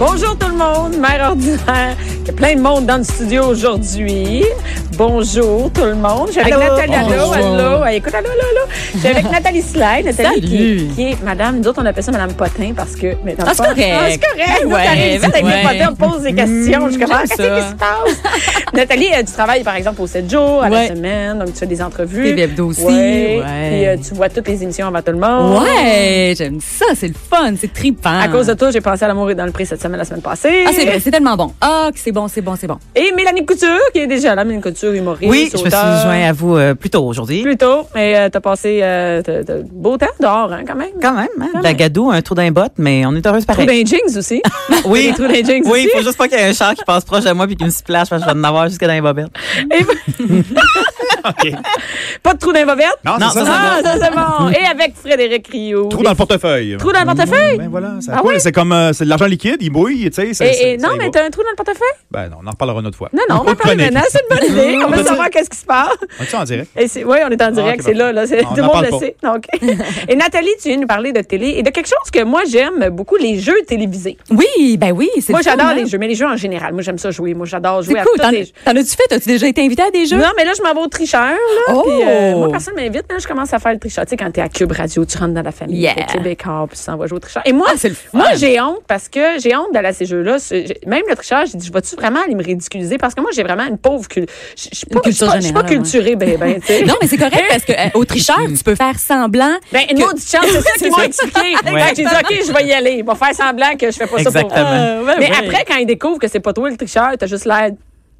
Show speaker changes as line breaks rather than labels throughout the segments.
Bonjour tout le monde, mère ordinaire. Il y a plein de monde dans le studio aujourd'hui. Bonjour tout le monde. Je suis avec
Allô.
Nathalie. Allô,
Bonjour.
allô. Hey, Écoute, allô, allô, allô. Je suis avec Nathalie Slide. Nathalie qui,
Salut.
qui est madame, nous autres on appelle ça madame Potin parce que. mais dans le
Ah, c'est
fond-
correct. Ben
Ah, c'est correct. Nous,
Ouais,
t'arrives ici avec
ouais.
Madame Potin, on pose des questions.
Mmh,
je commence.
j'aime
Qu'est-ce
ça.
qui se passe? Nathalie, euh, tu travailles par exemple au 7 jours, à
Ouais.
la semaine, donc tu fais des entrevues.
Télé Hebdo aussi,
Ouais.
ouais.
Puis euh, tu vois toutes les émissions avant tout le monde.
Ouais, j'aime ça, c'est le fun, c'est trippant.
À cause de toi, j'ai pensé à l'amour et dans le prix cette semaine, la semaine passée.
Ah, c'est vrai, c'est tellement bon. Ah, que c'est bon, c'est bon, c'est bon.
Et Mélanie Couture, qui est déjà là, Mélanie Couture, humoriste,
Oui, je me suis
auteur.
joint à vous euh, plus tôt aujourd'hui.
Plus tôt, mais euh, t'as passé euh, t'as- t'as beau temps dehors, hein, quand même.
Quand même, hein? de la gadoue, un trou d'un botte, mais on est heureuse
Trou
pareil.
d'un jeans aussi.
oui,
Des trous d'un jeans
oui,
aussi.
faut juste pas qu'il y ait un char qui passe proche de moi puis qui me splash parce que je vais en avoir jusqu'à dans les bobettes.
Et- Pas de trou d'un bobette.
Non,
Non,
c'est
ça,
ça, ça.
Ah, ça c'est bon. Et avec Frédéric Rio.
Trou dans le portefeuille.
Trou dans le portefeuille?
Ben voilà, ça
Ah
coule. C'est comme euh, c'est de l'argent liquide, il mouille, tu sais. c'est-
Et-
c'est-
et-
ça
non,
y
mais
va.
t'as un trou dans le portefeuille?
Ben non, on en reparlera une autre fois.
Non, non, on va
Autre
parler
chronique.
maintenant. C'est une bonne idée. on veut savoir qu'est-ce qui se passe.
On est en direct?
Et c'est- oui, on est en direct,
ok,
c'est là,
parfait.
là c'est-
Ah, On
tout le
en
monde
parle
le
pas.
sait. Donc. et Nathalie, tu viens nous parler de télé et de quelque chose que moi j'aime beaucoup, les jeux télévisés.
Oui, ben oui, c'est
Moi
le fun,
j'adore
hein.
les jeux, mais les jeux en général, moi j'aime ça jouer. Moi j'adore
C'est
jouer à
cool.
tous
T'en
les jeux.
t'en as-tu fait? T'as-tu déjà été invité à des jeux?
Non, mais là, je m'en vais au tricheur. Là,
Oh!
puis, euh, moi, personne ne m'invite. mais là, je commence à faire le tricheur. Tu sais, quand t'es à Cube Radio, tu rentres dans la famille
Yeah.
des Québécois, puis tu t'en vas jouer au tricheur. Et moi,
Ah, c'est le fun.
moi j'ai honte parce que j'ai honte d'aller à ces jeux-là. C'est- j'ai- Même le tricheur, j'ai dit, je vais-tu vraiment aller me ridiculiser? Parce que moi, j'ai vraiment une pauvre culture. Je suis pas,
Une culture
je suis pas- je suis pas
générale,
culturée, ben, ben, tu sais.
Non, mais c'est correct parce que euh, au tricheur, tu peux faire semblant.
Ben, une
que-
maudite chance, c'est ça qu'ils m'ont expliqué. Fait que J'ai dit, OK, je vais y aller. Ils vont faire semblant que je fais pas ça pour
Exactement.
eux.
Euh,
Ah, ouais,
Mais
ouais.
après, quand ils découvrent que c'est pas toi le tricheur, t'as juste l'air.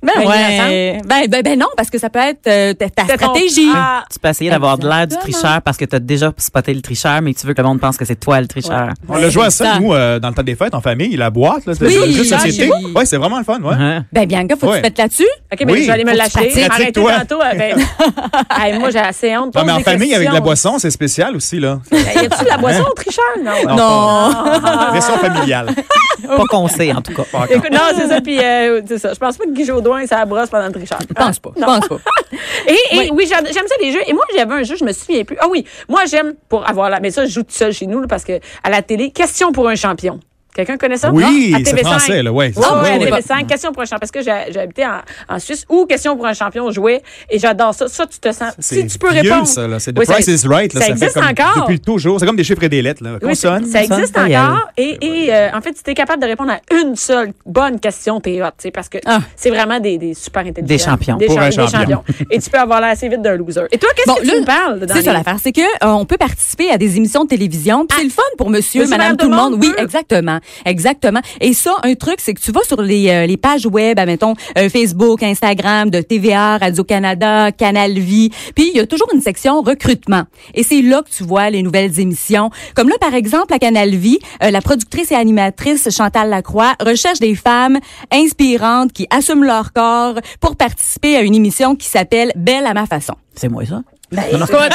Ben,
Ben,
ouais. ben, ben, ben non, parce que ça peut être euh, ta, ta
C'est ton-
stratégie.
Ah,
Tu peux essayer d'avoir de l'air du
Exactement.
tricheur parce que tu as déjà spoté le tricheur, mais tu veux que le monde pense que c'est toi le tricheur.
On l'a joué à ça,
Ça.
nous, euh, dans le temps des fêtes, en famille, la boîte, là,
Oui,
le jeu de
ah,
société.
chez vous.
Ouais, c'est vraiment le fun, ouais.
Hein?
Ben, Bianca, faut que tu
Ouais.
te mettes là-dessus.
OK, mais
Oui,
je vais aller me
faut que tu
lâcher.
pratiques.
Arrêtez
Pratique-toi.
tantôt. Ben, hey, moi, j'ai assez honte.
Non,
Pose
mais en
des
famille, avec de la
questions.
boisson, c'est spécial aussi, là.
Ben, Y a-tu de la boisson au tricheur? Non.
pas- Version familiale.
Pas qu'on sait, en tout cas.
Pas encore.
Écoute, non, c'est ça. Puis, euh, c'est ça. Je pense pas que Guy Jodoin, ça brosse pendant le tricheur.
Je pense pas. Je pense pas.
Et, et oui, j'aime j'aime ça les jeux. Et moi, j'avais un jeu, je me souviens plus. Ah oui, moi j'aime pour avoir la. Mais ça, je joue tout seul chez nous là, parce que à la télé, question pour un champion. Quelqu'un connaît ça?
Oui,
Non? À
c'est
TV5.
français, là, ouais.
Oui, oui,
Ah, ouais,
à
à l'époque.
TV5, question pour un champion. Parce que j'ai- j'habitais en, en Suisse où question pour un champion jouait. Et j'adore ça. Ça, tu te sens. Si
C'est
tu peux
vieux,
répondre.
ça, là. C'est The
Oui, ça-
Price is Right. Là,
ça
fait
existe
comme
encore.
Depuis toujours. C'est comme des chiffres et des lettres. Là.
Oui, ça-
Consonne.
ça existe
consonne,
encore. Et, et, euh, en fait, si t'es capable de répondre à une seule bonne question, t'es hot, tu sais, parce que
Ah.
c'est vraiment des, des super intelligents.
Des champions.
Des,
Pour
cha-
un
des
champion.
champions. et tu peux avoir l'air assez vite d'un loser. Et toi, qu'est-ce
Bon,
que
là,
tu me parles? dans
C'est ça
les-
l'affaire, c'est que euh, on peut participer à des émissions de télévision, puis c'est le fun pour monsieur,
Ah. Monsieur,
madame, tout le monde. Oui,
peut.
exactement. Exactement. Et ça un truc c'est que tu vas sur les, euh, les pages web, admettons euh, Facebook, Instagram, de TVA, Radio-Canada, Canal Vie, puis il y a toujours une section recrutement. Et c'est là que tu vois les nouvelles émissions. Comme là par exemple à Canal Vie, euh, la productrice et animatrice Chantal Lacroix recherche des femmes inspirantes qui assument leur corps pour participer à une émission qui s'appelle Belle à ma façon.
C'est moi, ça.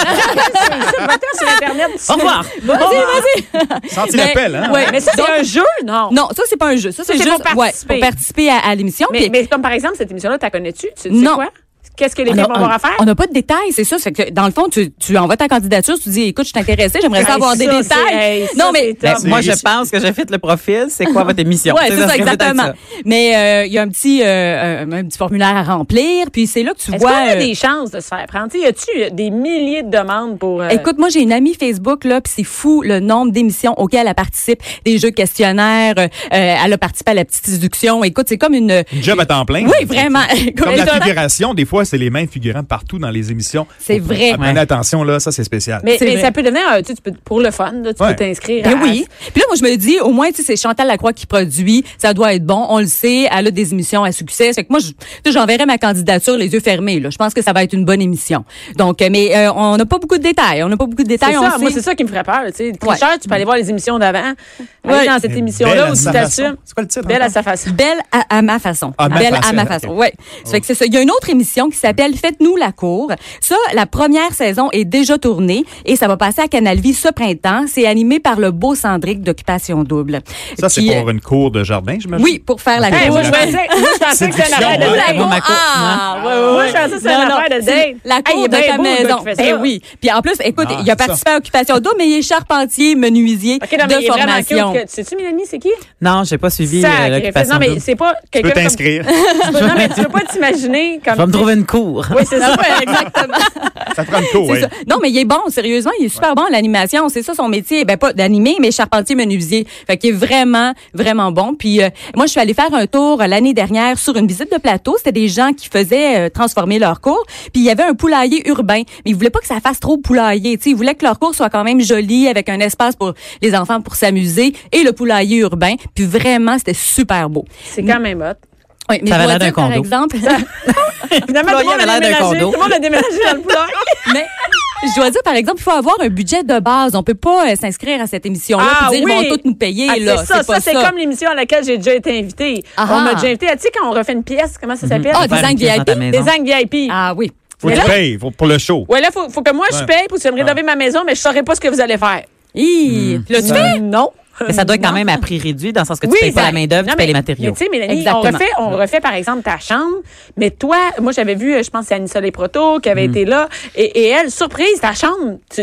Va-t'en sur Internet. tu sais.
Au revoir.
Vas-y,
Ah!
vas-y.
Senti
Ben,
l'appel, hein?
ouais.
Mais ça,
Donc-
c'est un jeu, non?
Oh. Non, ça c'est pas un jeu. Ça, c'est
c'est
juste
pour participer.
ouais, pour participer à, à l'émission.
Mais,
Puis-
mais comme par exemple, cette émission-là, t'as connais-tu? Tu, tu sais
Non. Ah,
quoi? Qu'est-ce que les
on
gens vont avoir
a-
à faire?
on n'a pas de détails, c'est ça. C'est que dans le fond, tu, tu envoies ta candidature, tu dis, écoute, je suis intéressée, j'aimerais
Hey,
ça avoir des
ça,
détails.
c'est- hey, ça,
non, mais
c'est top.
Ben, moi, je pense que j'ai fait le profil. C'est quoi votre émission?
Ouais, c'est ça,
serait peut-être
exactement. Mais euh, il y a un petit, euh, euh, un petit formulaire à remplir, puis c'est là que tu
Est-ce
vois.
qu'on a
euh,
des chances de se faire prendre? Tu sais, Y a-tu des milliers de demandes pour. euh,
Écoute, moi j'ai une amie Facebook là, puis c'est fou le nombre d'émissions auxquelles elle participe, des jeux questionnaires, euh, euh, elle a participé à la petite séduction. Écoute, c'est comme une
Job à temps plein.
Oui, vraiment. Écoute,
Comme la
étonnant.
figuration, des fois, fois, c'est les mêmes figurants partout dans les émissions.
C'est
Faut-
vrai.
Prenez attention, là, ça, c'est spécial.
Mais,
C'est
mais
vrai.
ça peut devenir, un- tu, sais, tu peux, pour le fun, là, tu
Ouais.
peux t'inscrire.
Ben
à-
oui. Puis là, moi, je me dis, au moins, tu sais, c'est Chantal Lacroix qui produit. Ça doit être bon. On le sait. Elle a des émissions à succès. Fait que moi, je- tu sais, j'enverrai ma candidature les yeux fermés, là. Je pense que ça va être une bonne émission. Donc, euh, mais euh, on n'a pas beaucoup de détails. On n'a pas beaucoup de
C'est
détails.
ça,
on
moi,
sait-
c'est ça qui me ferait peur. Tu sais, Tricheur, tu peux aller voir les émissions d'avant.
Ouais.
Aller dans cette
Mais
émission-là
belle à
où tu
sa
t'assumes.
façon. C'est quoi le titre?
Belle à
encore?
sa façon.
Belle à, à ma façon.
À ma
Belle à
façon,
ma
ok.
façon. Ouais. Ça fait que c'est ça. Il y a une autre émission qui s'appelle Faites-nous la cour. Ça, la première saison est déjà tournée et ça va passer à Canal Vie ce printemps. C'est animé par le beau Cendric d'Occupation Double.
Ça, c'est
Qui,
pour
euh,
une cour de jardin, j'imagine.
Oui, pour faire la
Hey,
cour.
moi, je pensais moi, je pensais que c'était
C'est
une affaire
fiction,
de
hein?
date.
Pour ma cour.
Ah, ouais, ouais,
Moi,
ouais.
je pensais que c'était
Non,
une
non,
affaire de
c'est
date.
La cour
Hey, il est
de
bien
ta
beau, le gars
maison.
qui fait ça.
Ben oui. Puis en plus, écoute,
Ah,
il a
c'est ça.
participé à Occupation d'eau, mais il est charpentier, menuisier
OK, non, mais
de
il est vraiment
formation.
cute. Sais-tu, Mélanie, c'est qui?
Non, j'ai pas suivi euh,
Sacrifice.
l'occupation.
Non, mais
double.
c'est pas
Tu
quelqu'un.
peux
comme-
t'inscrire.
Tu peux- Non, mais tu peux pas t'imaginer comme.
Je vais me trouver une cour.
Oui, c'est ça.
Exactement.
ça prend une cour,
C'est
oui.
ça. Non, mais il est bon, sérieusement, il est super bon à l'animation. C'est ça son métier. Ben pas d'animer, mais charpentier menuisier. Fait qu'il est vraiment, vraiment bon. Puis euh, moi, je suis allée faire un tour euh, l'année dernière sur une visite de plateau. C'était des gens qui faisaient euh, transformer leur cours. Puis il y avait un poulailler urbain, mais ils voulaient pas que ça fasse trop poulailler. Tu sais, ils voulaient que leur cours soit quand même joli, avec un espace pour les enfants pour s'amuser et le poulailler urbain. Puis vraiment, c'était super beau.
C'est quand même hot.
Oui, mais
Ça
je
avait
dois
l'air
dire,
d'un
par exemple.
Finalement, tout le monde
Florian
a
avait l'air d'un
déménagé. Tout
condo.
le monde a déménagé dans le poulailler.
Mais je dois dire, par exemple, il faut avoir un budget de base. On peut pas euh, s'inscrire à cette émission-là
Ah
puis dire,
oui.
ils vont tout nous payer.
Ah,
là.
c'est ça,
pas
ça, c'est comme l'émission à laquelle j'ai déjà été invitée.
Ah
on m'a
ah.
déjà invitée. à- Tu sais, quand on refait une pièce, comment ça s'appelle?
Ah,
Faire
design
une pièce dans ta
VIP,
maison.
Design VIP.
Ah oui.
Faut que
Mais
tu
là-
payes faut- pour le show.
Ouais, là, faut, faut que moi, je
Ouais.
paye pour que tu me rénover ma maison, mais je saurais pas ce que vous allez faire.
Hi.
Là, tu fais? Non.
Mais ça doit être quand même à prix réduit, dans le sens que tu
Oui,
payes pas
ça-
la main-d'œuvre,
Non,
tu payes
mais-
les matériaux.
Mais tu sais, Mélanie, on
Exactement.
refait, on refait, par exemple, ta chambre. Mais toi, moi, j'avais vu, euh, je pense, c'est Anissa Proto qui avait été là. Et, et elle, surprise, ta chambre, tu-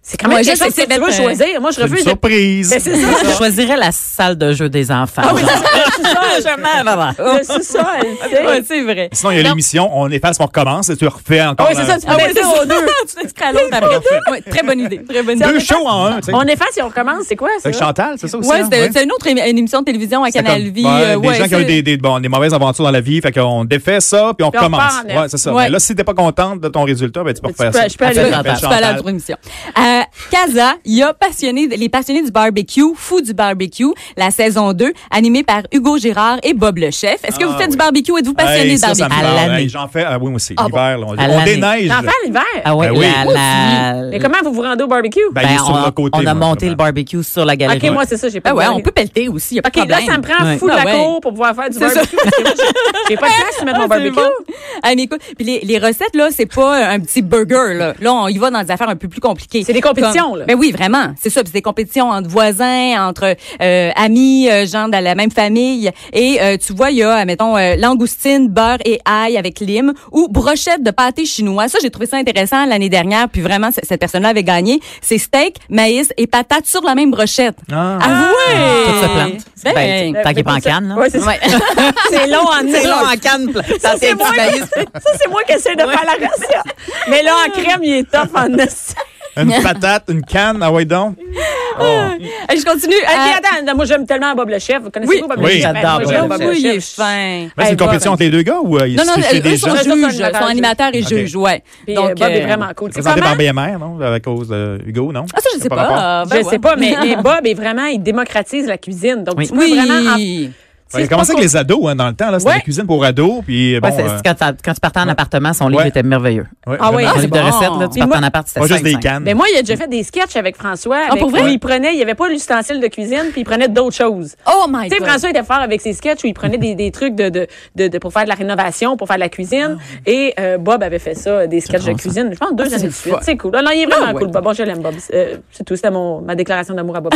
c'est quand même
Ouais, je
quelque
sais
chose
que
que
c'est
tu vas
hein.
bête, euh,
choisir. Moi, je
C'est une
refuse. de-
surprise.
Mais c'est ça.
Je choisirais la salle de jeu des enfants.
Ah oui, c'est ça, le sous-sol.
Jamais, maman.
Le sous-sol, tu sais.
Ouais, c'est vrai.
Sinon, il y a l'émission, on efface, on recommence et tu refais encore.
Ah oui, c'est ça,
un-
tu peux mettre ça aux deux.
tu t'inscris à l'autre après. Ouais, très bonne idée. Très bonne idée.
Deux shows en un. tu sais.
On efface et on recommence, c'est quoi ça?
Avec Chantal, c'est ça aussi?
Ouais,
hein?
c'était c'est une autre émi- une émission de télévision à
C'est
Canal
comme,
Vie.
ouais,
euh,
des
ouais,
gens qui ont eu
c'est-
des, des- bon, des mauvaises aventures dans la vie, fait qu'on défait ça, puis on
Puis on
recommence.
repart en neuf.
ouais, c'est ça.
Ouais.
Mais là, si t'es pas contente de ton résultat, ben, tu peux
Tu
refaire
peux-
ça.
je peux
Après,
aller-
t'appelles
Je peux
Pas la
Chantal.
autre émission. À Casa, il y a passionné, les passionnés du barbecue, fous du barbecue, la saison 2, animée par Hugo Girard et Bob le chef. Est-ce que vous
Ah,
faites du
oui.
barbecue? Êtes-vous passionné
Hey,
de
ça, ça me
barbecue?
À
parle.
l'année.
Hey, J'en fais, ah oui, aussi.
Ah,
L'hiver, là, on-
À
on,
l'année.
déneige.
L'enfer, l'hiver.
Ah ouais,
Ben oui.
la, la-
Mais comment vous vous rendez au barbecue?
Ben,
Ben,
il est sur
on,
le côté.
on a
moi,
monté
vraiment.
le barbecue sur la galerie.
OK, moi, c'est ça, j'ai pas
Ah
de
ouais,
Ben
problème.
on peut pelleter aussi, y a pas
OK,
de problème.
là, ça me prend
Ouais.
fou de la
Ah ouais.
cour pour pouvoir faire du
C'est ça.
barbecue. parce que moi, j'ai- J'ai pas de place de mettre
Ah,
mon
c'est
barbecue. Euh,
bon. Ah, mais écoute, puis les, les recettes, là, c'est pas un petit burger, là. Là, on y va dans des affaires un peu plus compliquées.
C'est des compétitions,
Comme-
là.
Ben oui, vraiment. C'est ça. puis C'est des compétitions entre voisins, entre euh, amis, euh, gens de la même famille. Et euh, tu vois, il y a, euh, mettons, euh, langoustine, beurre et ail avec lime ou brochette de pâté chinois. Ça, j'ai trouvé ça intéressant l'année dernière. Puis vraiment, c- cette personne-là avait gagné. C'est steak, maïs et patates sur la même brochette.
Ah.
ouais!
Tout se plante.
Ben,
Ben,
Euh,
Tant qu'il est
mais
pas en
ça-
canne, là.
Ouais, c'est ça.
ouais.
C'est long en
C'est
esti.
là, en canne.
Ça, c'est moi, ça, c'est moi qui essaie de faire la recette. Mais là, en crème, il est top
Euh,
en esti.
Une patate, une canne, ah ouais, donc. Oh.
Je continue.
OK,
à-
attends, non, moi, j'aime tellement Bob le chef. Vous connaissez
Oui.
Bob le
Oui,
chef?
j'adore
Moi,
Bob
j'aime
le
Bob
chef.
euh, Oui, il est
le chef.
fin.
Mais c'est
Hey,
une compétition
Bob.
entre les deux gars ou euh,
Non, non,
c'est c'est
eux
des
sont
gens
Ça, ça,
juges,
c'est un
sont
animateur.
animateurs et
Ok.
juges, ouais.
Puis euh, Bob est
euh,
vraiment cool. C'est
présentés
comment?
par BMR, non? À cause de Hugo, non?
Ah, ça, je sais pas.
rapport.
euh, ben
Je
ouais.
sais pas, mais, mais Bob est vraiment, il démocratise la cuisine. Donc,
Oui.
tu peux
euh, Oui.
vraiment... en-
Ouais, il a
c'est pas
commencé avec
qu'on-
les ados hein, dans le temps. là, C'était
Ouais.
la cuisine pour ados. Puis, bon,
Ouais, c'est-
euh,
c'est quand, t'as- quand tu partais en appartement, son livre
Ouais.
était merveilleux.
ouais,
Ah ouais,
vraiment,
Son
c'est
livre de
bon.
recettes, là, tu
Puis
partais
moi-
en appart, c'était
Pas juste des
5.
cannes.
Mais moi, il a déjà fait des sketchs avec François. avec-
Ah, pour vrai?
Où il prenait, il n'y avait pas l'ustensile de cuisine, puis il prenait d'autres choses.
Oh my
Tu sais,
God.
François était fort avec ses sketchs où il prenait des, des trucs de, de, de, de- pour faire de la rénovation, pour faire de la cuisine.
Ah
Et euh, Bob avait fait ça, des sketchs de
prends ça.
cuisine. Je pense deux
c'est
années de
le
suite.
fun.
C'est cool. Non, non, il est vraiment
Ah ouais.
cool, Bob. Bon, je l'aime, Bob. Euh, c'est tout. C'était mon- ma déclaration d'amour à Bob.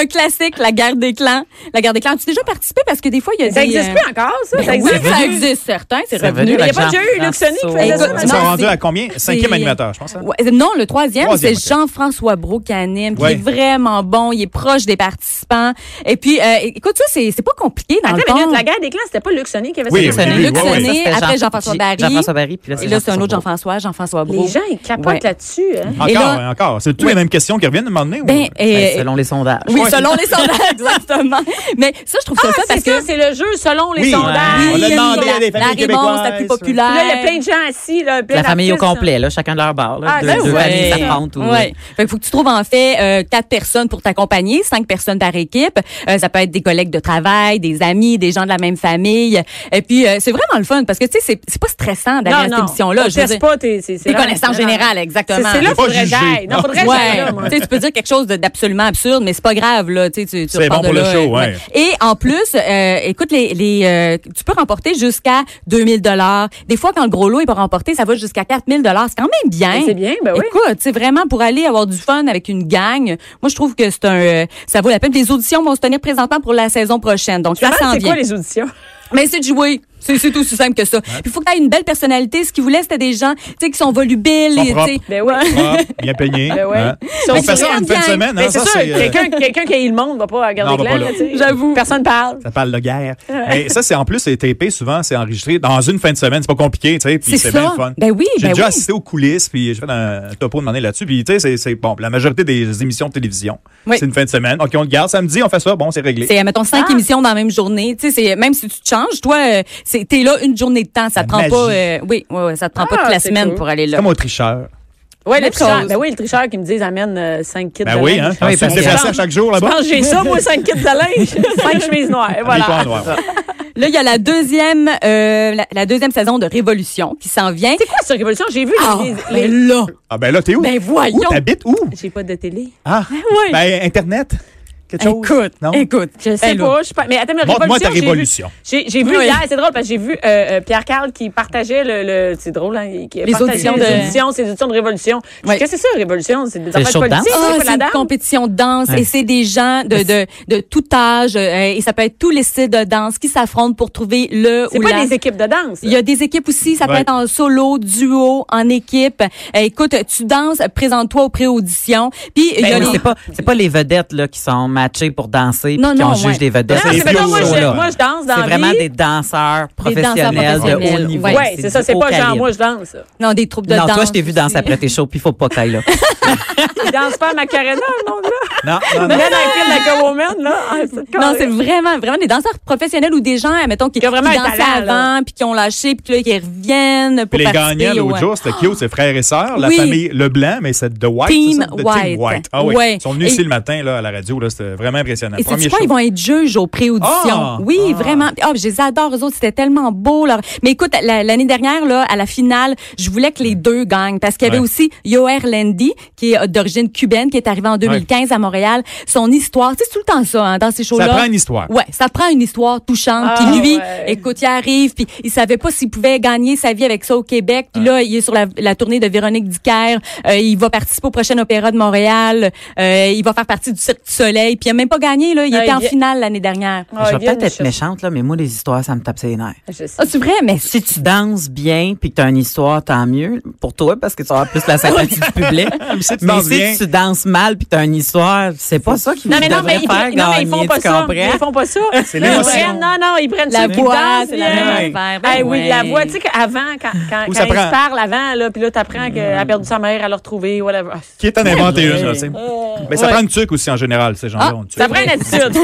Un classique, la guerre des clans. La guerre des clans. As-tu déjà participé? Parce que des fois, il y a
ça
des...
existe
euh,
plus encore, ça?
ben
Ça existe?
oui, ça existe, certain. C'est
C'est
revenu.
revenu,
Mais
là,
il y a pas
Jean-
déjà eu Luc Sonny qui faisait ça?
Écoute,
Ils sont
non,
rendus
c'est-
à combien? Cinquième
c'est-
animateur, je pense. hein?
Ouais, non, le troisième,
Troisième,
c'est
ok.
Jean-François Brault qui anime, qui
Ouais.
est vraiment bon, il est proche des participants. Et puis, euh, écoute, ça, c'est c'est pas compliqué dans
Attends,
le
mais
fond.
la guerre des clans, c'était pas Luc Sonny qui avait
Oui,
ça?
Luc Sonny,
Luc
ouais, ouais.
Sonny,
Ça, c'était
après
Jean-
Jean-François
J-
Barry.
Jean-François Barry, puis là,
Et
c'est
là, c'est un autre Jean-François,
Jean-François
Jean-François Brault.
Les gens, ils capotent
Ouais.
là-dessus. Hein?
Encore,
Et là-
hein, encore. C'est toutes les mêmes questions qui reviennent à un moment donné. ou-
Ben,
Barry.
et-
Ben, Selon les sondages.
Oui,
Ouais.
selon les sondages, exactement. Mais ça, trouve Ah, ça le fun
Ah, c'est
parce que
ça, c'est le jeu selon les
Oui.
sondages.
On a
Oui,
demandé
la-
à des familles
la réponse la
québécoises.
plus populaire.
Puis Là, il y a plein de gens assis. Là, plein
La famille au
d'artistes. hein.
complet, là, chacun de leur bar. Là,
Ah,
deux
ben
deux
oui.
familles
Ouais.
s'affrontent. ou-
Ouais. Fait que faut que tu trouves en fait euh, quatre personnes pour t'accompagner, cinq personnes par équipe. Euh, ça peut être des collègues de travail, des amis, des gens de la même famille. Et puis euh, c'est vraiment le fun parce que tu sais c'est c'est pas stressant d'aller
Non,
à cette
non.
émission là.
On teste pas tes, c'est- c'est
tes
là-
connaissances
non, non.
générales
C'est
exactement.
c'est là qu'il
Pas
faudrait que
jugé.
j'aille. Non, faudrait que j'aille là, moi.
Ouais. tu sais, tu peux dire quelque chose de- d'absolument absurde, mais c'est pas grave là. Tu sais, tu, tu
C'est
repars
bon pour
de
le
là,
show,
euh,
ouais.
Et en plus, euh, écoute, les, les euh, tu peux remporter jusqu'à 2000 dollars. Des fois, quand le gros lot est pas remporté, ça va jusqu'à 4000 dollars. C'est quand même bien.
Mais c'est bien, ben oui.
Écoute, c'est vraiment pour aller avoir du fun avec une gang. Moi, je trouve que c'est un, euh, ça vaut la peine. Les auditions vont se tenir présentement pour la saison prochaine, donc ça
Comment-
s'en
C'est
vient.
quoi les auditions?
Mais c'est de jouer. C'est c'est aussi simple que ça. Il faut que tu aies une belle personnalité. Ce qu'ils voulaient, c'était des gens, tu sais, qui sont volubiles.
Sont
et, tu sais,
propres.
Ben oui.
Propre, bien peigné.
Ben ouais.
hein.
Sont
On fait ça
souriants,
en fin de
gang.
semaine.
Mais
hein,
Ben, c'est
ça,
sûr,
c'est, euh,
quelqu'un quelqu'un qui a le monde va pas regarder
Non, va pas
Glenn,
là.
là, tu sais.
J'avoue.
Personne parle.
Ça parle de guerre. Et ça, c'est en plus, c'est tapé souvent, c'est enregistré dans une fin de semaine. C'est pas compliqué, tu sais, puis
C'est
c'est
ça.
bien le fun.
Ben oui,
J'ai
ben
déjà
oui.
assisté aux coulisses, puis j'ai fait un topo demandé là-dessus. Puis, tu sais, c'est- c'est bon. La majorité des émissions de télévision,
Oui.
c'est une fin de semaine. OK, on le garde samedi, on fait ça, bon, c'est réglé.
C'est, mettons,
Ah!
cinq émissions dans la même journée. Tu sais, c'est, même si tu te changes, toi, euh, c'est, t'es là une journée de temps. Ça te
La
prend pas,
magie.
euh, oui, ouais, ouais, ça te prend pas
Ah,
toute la
c'est
semaine
cool.
pour aller
C'est
là.
comme au tricheur.
Oui, le
Même
tricheur.
chose.
Ben oui, le tricheur qui me dit amène 5 kits
Ben
de
oui,
linge.
hein. Ah,
oui,
tu te
parce que-
déplaces à chaque jour
Je pense
là-bas.
que j'ai ça, moi, 5 kits de linge, 5 chemises noires. Et
Habille-toi
voilà.
en noir.
Là, il y a la deuxième, euh, la, la deuxième saison de Révolution qui s'en vient.
C'est quoi cette révolution? J'ai vu
Ah,
les- les-
ben là,
Ah, ben là, t'es où?
ben
où
voyons.
t'habites où?
J'ai pas de télé.
Ah,
oui.
ben Internet. Quelque chose.
Écoute,
non?
écoute.
Je sais
Ben là.
pas, je sais pas. Mais attends, mais
Montre-moi ta
révolution, j'ai vu-
révolution.
J'ai j'ai vu
Oui.
hier, c'est drôle parce que j'ai vu euh, euh, Pierre Carl qui partageait le, le- c'est drôle hein, qui
Les
partageait
auditions
les
de-
auditions, ses auditions de révolution.
Oui.
Qu'est-ce que c'est ça révolution, c'est des
C'est le
affaires
show de
politiques,
Ah,
c'est pas
c'est
la
une
dame.
compétition de danse
Ouais.
et c'est des gens de, de, de tout âge euh, et ça peut être tous les styles de danse qui s'affrontent pour trouver le
C'est
ou
pas
la
des équipes de danse.
hein. Il y a des équipes aussi, ça peut
Ouais.
être en solo, duo, en équipe. Euh, écoute, tu danses, présente-toi aux pré-auditions. Puis il y a
Ben oui,
les-
c'est pas c'est pas les vedettes là qui sont matchées pour danser
Non,
puis
non,
qu'on juge
ouais.
des
Non,
vedettes.
c'est
C'est
mais
pas
ce
moi,
show,
je,
là.
moi je danse dans
C'est
la
vraiment
vie.
des danseurs
danseurs
professionnels de haut
professionnels,
niveau.
ouais.
Ouais, c'est ça,
du
c'est
haut
pas genre
calibre.
moi je danse. ça.
non, des troupes de
Non,
danse.
toi, je t'ai vu
aussi.
danser après tes shows, puis faut pas que t'ailles là.
Il danse pas à Macarena, non là.
Non, non, non.
Même dans le film like a Woman là. Ah, c'est
Non, c'est vraiment, vraiment des danseurs professionnels ou des gens, mettons, qui,
Qui ont vraiment
qui
un
dansaient
talent, là.
avant, puis qui ont lâché, puis là, qui reviennent pour
Puis les
participer euh,
gagnants l'autre
au-
jour, c'était cute, c'est frères et sœurs, la
Oui.
famille Leblanc, mais c'est The White.
Team
c'est ça? The
White.
Team White. Ah oui.
Ouais.
Ils sont venus
Et-
ici le matin là, à la radio, là, c'était vraiment impressionnant.
Et
Premier
c'est quoi,
show.
ils vont être juges aux pré-auditions.
Ah!
oui, vraiment. Ah, je les adore, eux autres, c'était tellement beau. Leur... Mais écoute, la- l'année dernière, là, à la finale, je voulais que les deux gagnent parce qu'il y avait
Ouais.
aussi Yoer Lendi, qui est euh, d'origine cubaine, qui est arrivé en 2015 à Montréal. Son histoire, tu sais, c'est tout le temps ça, hein, dans ces shows-là.
Ça prend une histoire.
Ouais, ça prend une histoire touchante.
Ah,
puis lui,
ouais.
écoute, il arrive, puis il savait pas s'il pouvait gagner sa vie avec ça au Québec. Puis là, il est sur la, la tournée de Véronique Dicker. Euh, il va participer au prochain Opéra de Montréal. Euh, il va faire partie du Cirque du Soleil. Puis il a même pas gagné, là. Il
Ah,
était
il
en
vient-
finale l'année dernière.
Ah,
je vais peut-être être méchante, là, mais moi, les histoires, ça me tape ses nerfs.
Ah, c'est vrai, mais
Si tu danses bien puis que tu as une histoire, tant mieux pour toi parce que tu auras plus la sympathie du public.
si tu
mais
danses
si
bien-
tu danses mal puis que tu as une histoire, c'est pas ça qui
Non, mais non, mais
devrait
ils,
faire
prennent- non, mais ils font
gagner,
pas
tu
ça.
comprends?
Ils font pas ça. C'est
l'émotion.
Non, non, ils prennent
la
ceux qui
voix,
dansent
c'est la
bien.
même affaire.
Ah
Ben
oui,
ouais.
la voix, tu sais qu'avant, quand, quand,
Ou
quand
ça
ils se
prend- Hmm.
parlent avant, là, puis là, t'apprends qu'elle a perdu sa mère, elle l'a retrouvée, whatever. Ah,
Qui est en inventé
Ouais.
une, là, tu sais. Mais ça
Ouais.
prend une tuque aussi en général, ces gens-là. ont une tuque.
Ça prend une attitude.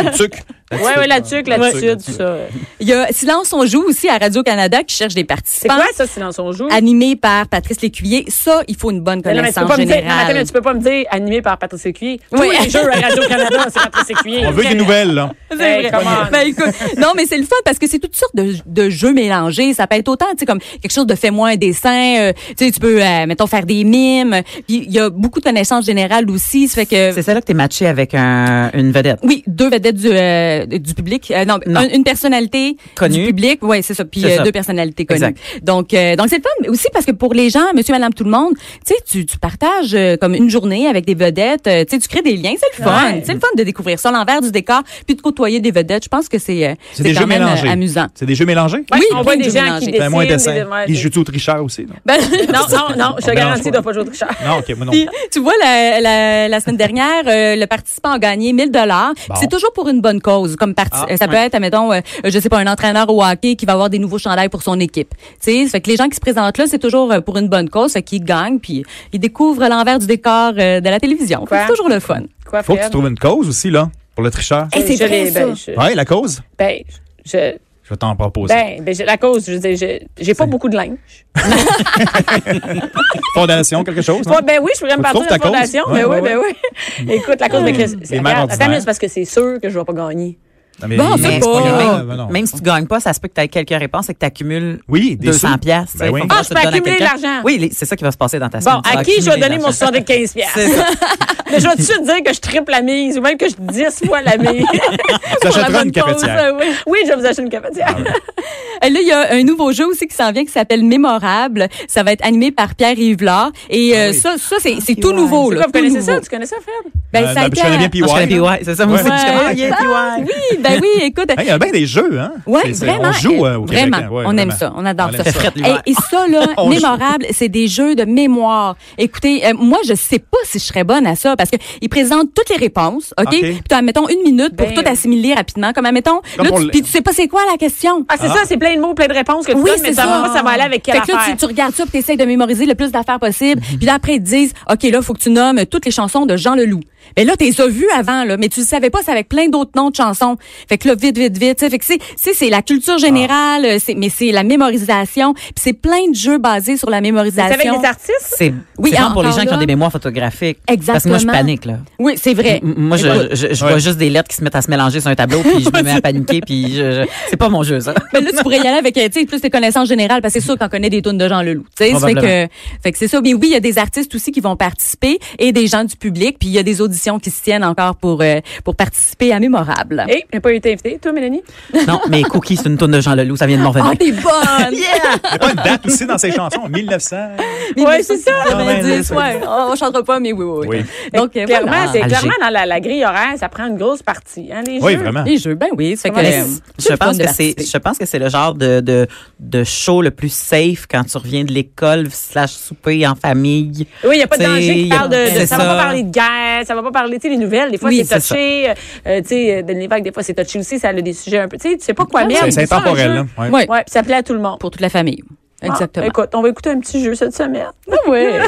Une tuque.
Oui, oui, l'attitude, l'attitude, tout ça.
il y a Silence on joue aussi à Radio-Canada qui cherche des
C'est
participants.
quoi ça, silence on joue?
Animé par Patrice Lécuyer. Ça, il faut une bonne
Mais non, mais tu peux
connaissance
pas me dire, non, mais attends, mais
générale.
tu peux pas me dire animé par Patrice Écuyer.
Oui.
Tous les jeux à Radio-Canada, c'est Patrice Écuyer.
On veut des nouvelles, là.
C'est
Hey,
vrai.
come on.
Ben, écoute, non, mais c'est le fun parce que c'est toutes sortes de, de jeux mélangés. Ça peut être autant, tu sais, comme quelque chose de fais-moi un dessin. euh, tu sais, tu peux, euh, mettons, faire des mimes. Puis il y a beaucoup de connaissances générales aussi. Ça fait que,
C'est celle-là que tu es matché avec un- une vedette.
oui, deux vedettes du, euh, du public. Euh, non,
Non.
un- une personnalité
Connue.
du public. Oui, c'est ça. Puis
C'est
euh,
ça.
deux personnalités connues.
Exact.
Donc, euh, donc c'est le fun. Mais aussi parce que pour les gens, monsieur, madame, tout le monde, tu sais, tu, tu partages euh, comme une journée avec des vedettes. euh, tu sais, tu crées des liens. C'est le fun.
Ouais.
C'est le fun de découvrir ça, l'envers du décor, puis de côtoyer des vedettes. Je pense que c'est euh,
C'est des
quand
jeux
même, euh,
mélangés.
amusant.
C'est des jeux mélangés?
Ouais,
Oui,
on voit
plein de
des
jeux
gens qui
mélangés.
Fais moins
dessinent.
un
des-
Ben, dessin.
ouais,
Ils
c'est-
jouent au tricheur aussi, non?
Ben,
Non, non, non, je te garantis, il
On mélange Ben, pas.
doit pas jouer au tricheur.
Non, OK, moi non.
Puis, tu vois, la, la, la semaine dernière, euh, le participant a gagné 1000 dollars.
Bon.
C'est toujours pour une bonne cause. Comme parti-
Ah,
euh, ça peut
ouais.
être, mettons, je sais pas, un entraîneur au hockey qui va avoir des nouveaux chandails pour son équipe. Tu sais, ça fait que les gens qui se présentent là, c'est toujours euh, pour une bonne cause, ça fait qu'ils gagnent, puis ils découvrent l'envers du décor euh, de la télévision. Fait que
Quoi?
C'est toujours le fun.
Quoi,
Faut que tu
Fred?
trouves une cause aussi, là. Pour le tricheur?
Hey, Eh, c'est
Je
vrai,
l'ai-
ça.
ben, je-
Oui, la cause?
ben, je,
Je vais t'en proposer.
ben, ben, j'ai- la cause, je veux dire, j'ai- j'ai pas beaucoup de linge.
Fondation, quelque chose? non?
Ouais, ben oui, je pourrais me
Faut
partir de
que tu
la
trouves ta
fondation.
cause.
Ben oui,
Ouais, Hmm.
ben oui. Écoute, la cause de Chris.
Les mères
Regarde, Attends,
ordinaires.
mais c'est parce que c'est sûr que je vais pas gagner.
Non, mais-
Bon,
mais
c'est
c'est
pas-
grave,
Même-
Ah, ben non.
Même si tu gagnes pas, ça se peut que tu aies quelques réponses et que tu accumules
Oui, des
200
sous.
piastres. tu
Ben
sais,
oui.
faut
Ah,
que
je
tu
peux
le donnes à
accumuler
quelqu'un.
l'argent.
Oui, les- c'est ça qui va se passer dans ta
Bon,
semaine. Tu vas
à qui je vais
accumuler
donner mon
l'argent.
75 piastres?
C'est ça.
Mais je vais tout de suite dire que je triple la mise ou même que je 10 fois la mise.
Tu
Pour la
achèteras
bonne
Ah, une
cause,
cafetière. Ah,
euh, oui. Oui, je vais vous acheter une cafetière.
Euh, Là, il y a un nouveau jeu aussi qui s'en vient qui s'appelle Mémorable. Ça va être animé par Pierre Yvelard. Et euh,
oui.
ça, ça c'est c'est
Ah,
tout
ouais.
nouveau.
C'est
là,
quoi, vous
tout
connaissez
nouveau.
ça? Tu connais ça, Fred?
Ben,
Euh,
ça a
non,
été
je connais
à-
bien PY.
Non, je connais PY, c'est ça. Moi aussi, je suis comme, ah, il y a PY.
Oui, ben oui, écoute.
Hey, Il y a bien des jeux, hein?
Ouais,
C'est- c'est-
vraiment.
On joue euh, au Québec,
Vraiment,
hein? Ouais,
on aime
vraiment.
ça, on adore
On
ça.
aime ça.
l'hiver.
Et, et ça là,
On joue.
mémorable, c'est des jeux de mémoire. Écoutez, euh, moi je sais pas si je serais bonne à ça parce que ils présentent toutes les réponses, OK,
OK.
Puis t'as mettons une minute pour
Ben,
tout assimiler rapidement comme admettons
Comme
là
pour
tu,
le-
puis tu sais pas c'est quoi la question.
Ah, c'est ça, c'est plein de mots, plein de réponses que tu
Oui,
donnes, mais
c'est
ça
ça.
va pas, ça va aller avec quelle
fait que là,
affaire. Mm-hmm.
tu, tu regardes ça, puis t'essayes de mémoriser le plus d'affaires possible. Puis là, après, ils te disent, OK, là, faut que tu nommes toutes les chansons de Jean Leloup. Mais là, t'es as vues avant, là, mais tu le savais pas, c'est avec plein d'autres noms de chansons. Fait que là, vite, vite, vite. tu sais. Fait que c'est- c'est c'est la culture générale,
Ah.
euh, c'est mais c'est la mémorisation. Puis c'est plein de jeux basés sur la mémorisation.
C'est avec des artistes?
C'est
Oui,
oui, ah,
en-
pour les gens
encore
qui ont
là.
des mémoires photographiques. Parce que
Exactement. Eh,
moi, je panique, là.
Oui, c'est vrai.
M- Moi, je, je, je vois
Ouais.
juste des lettres qui se mettent à se mélanger sur un tableau, puis je me mets à paniquer, puis je, je- c'est pas mon jeu, ça.
Mais là, tu pourrais y aller avec, euh, tu sais, plus tes connaissances générales, parce que c'est sûr qu'on connaît des tunes de Jean Leloup. Tu sais, ça fait que,
Probablement.
fait que c'est ça. Mais oui, il y a des artistes aussi qui vont participer et des gens du public, puis il y a des auditions qui se tiennent encore pour, euh, pour participer à Mémorable.
Hé, Eh, j'ai pas été invitée. Toi, Mélanie?
Non, mais Cookie, c'est une tourne de Jean Leloup, ça vient de m'en
Ah,
revenir.
t'es bonne!
Il n'y a pas une date aussi dans ces chansons. 1900.
Ouais, c'est ça.
1990,
Ah, ben,
ouais. On, on chantera pas, mais oui, oui, oui. Donc, euh,
clairement,
voilà.
c'est
Alger.
clairement dans la, la grille horaire, ça prend une grosse partie. Hein, les
Oui,
jeux.
vraiment.
Les jeux, ben oui. ça fait que,
Mais
euh,
Mais
c'est
je
le fun
pense
de
que c'est
participer.
je pense que c'est le genre de, de de show le plus safe quand tu reviens de l'école slash souper en famille.
Oui, il n'y a pas de
T'sais,
danger qui
y a-
parle de. de-
c'est
ça ne va pas parler de guerre, ça va pas parler. Tu sais, les nouvelles, des fois,
Oui,
c'est
c'est ça.
touché. Euh, tu sais, euh, Denis Lévesque, des fois, c'est touché aussi. Ça a des sujets un peu. Tu sais, tu sais pas quoi mettre.
C'est- C'est
ça, un
intemporel,
jeu.
là. Ouais.
Ouais,
Ouais, puis ça plaît à tout le monde.
pour toute la famille.
Ah,
Exactement.
écoute, on va écouter un petit jeu cette semaine.
Ouais.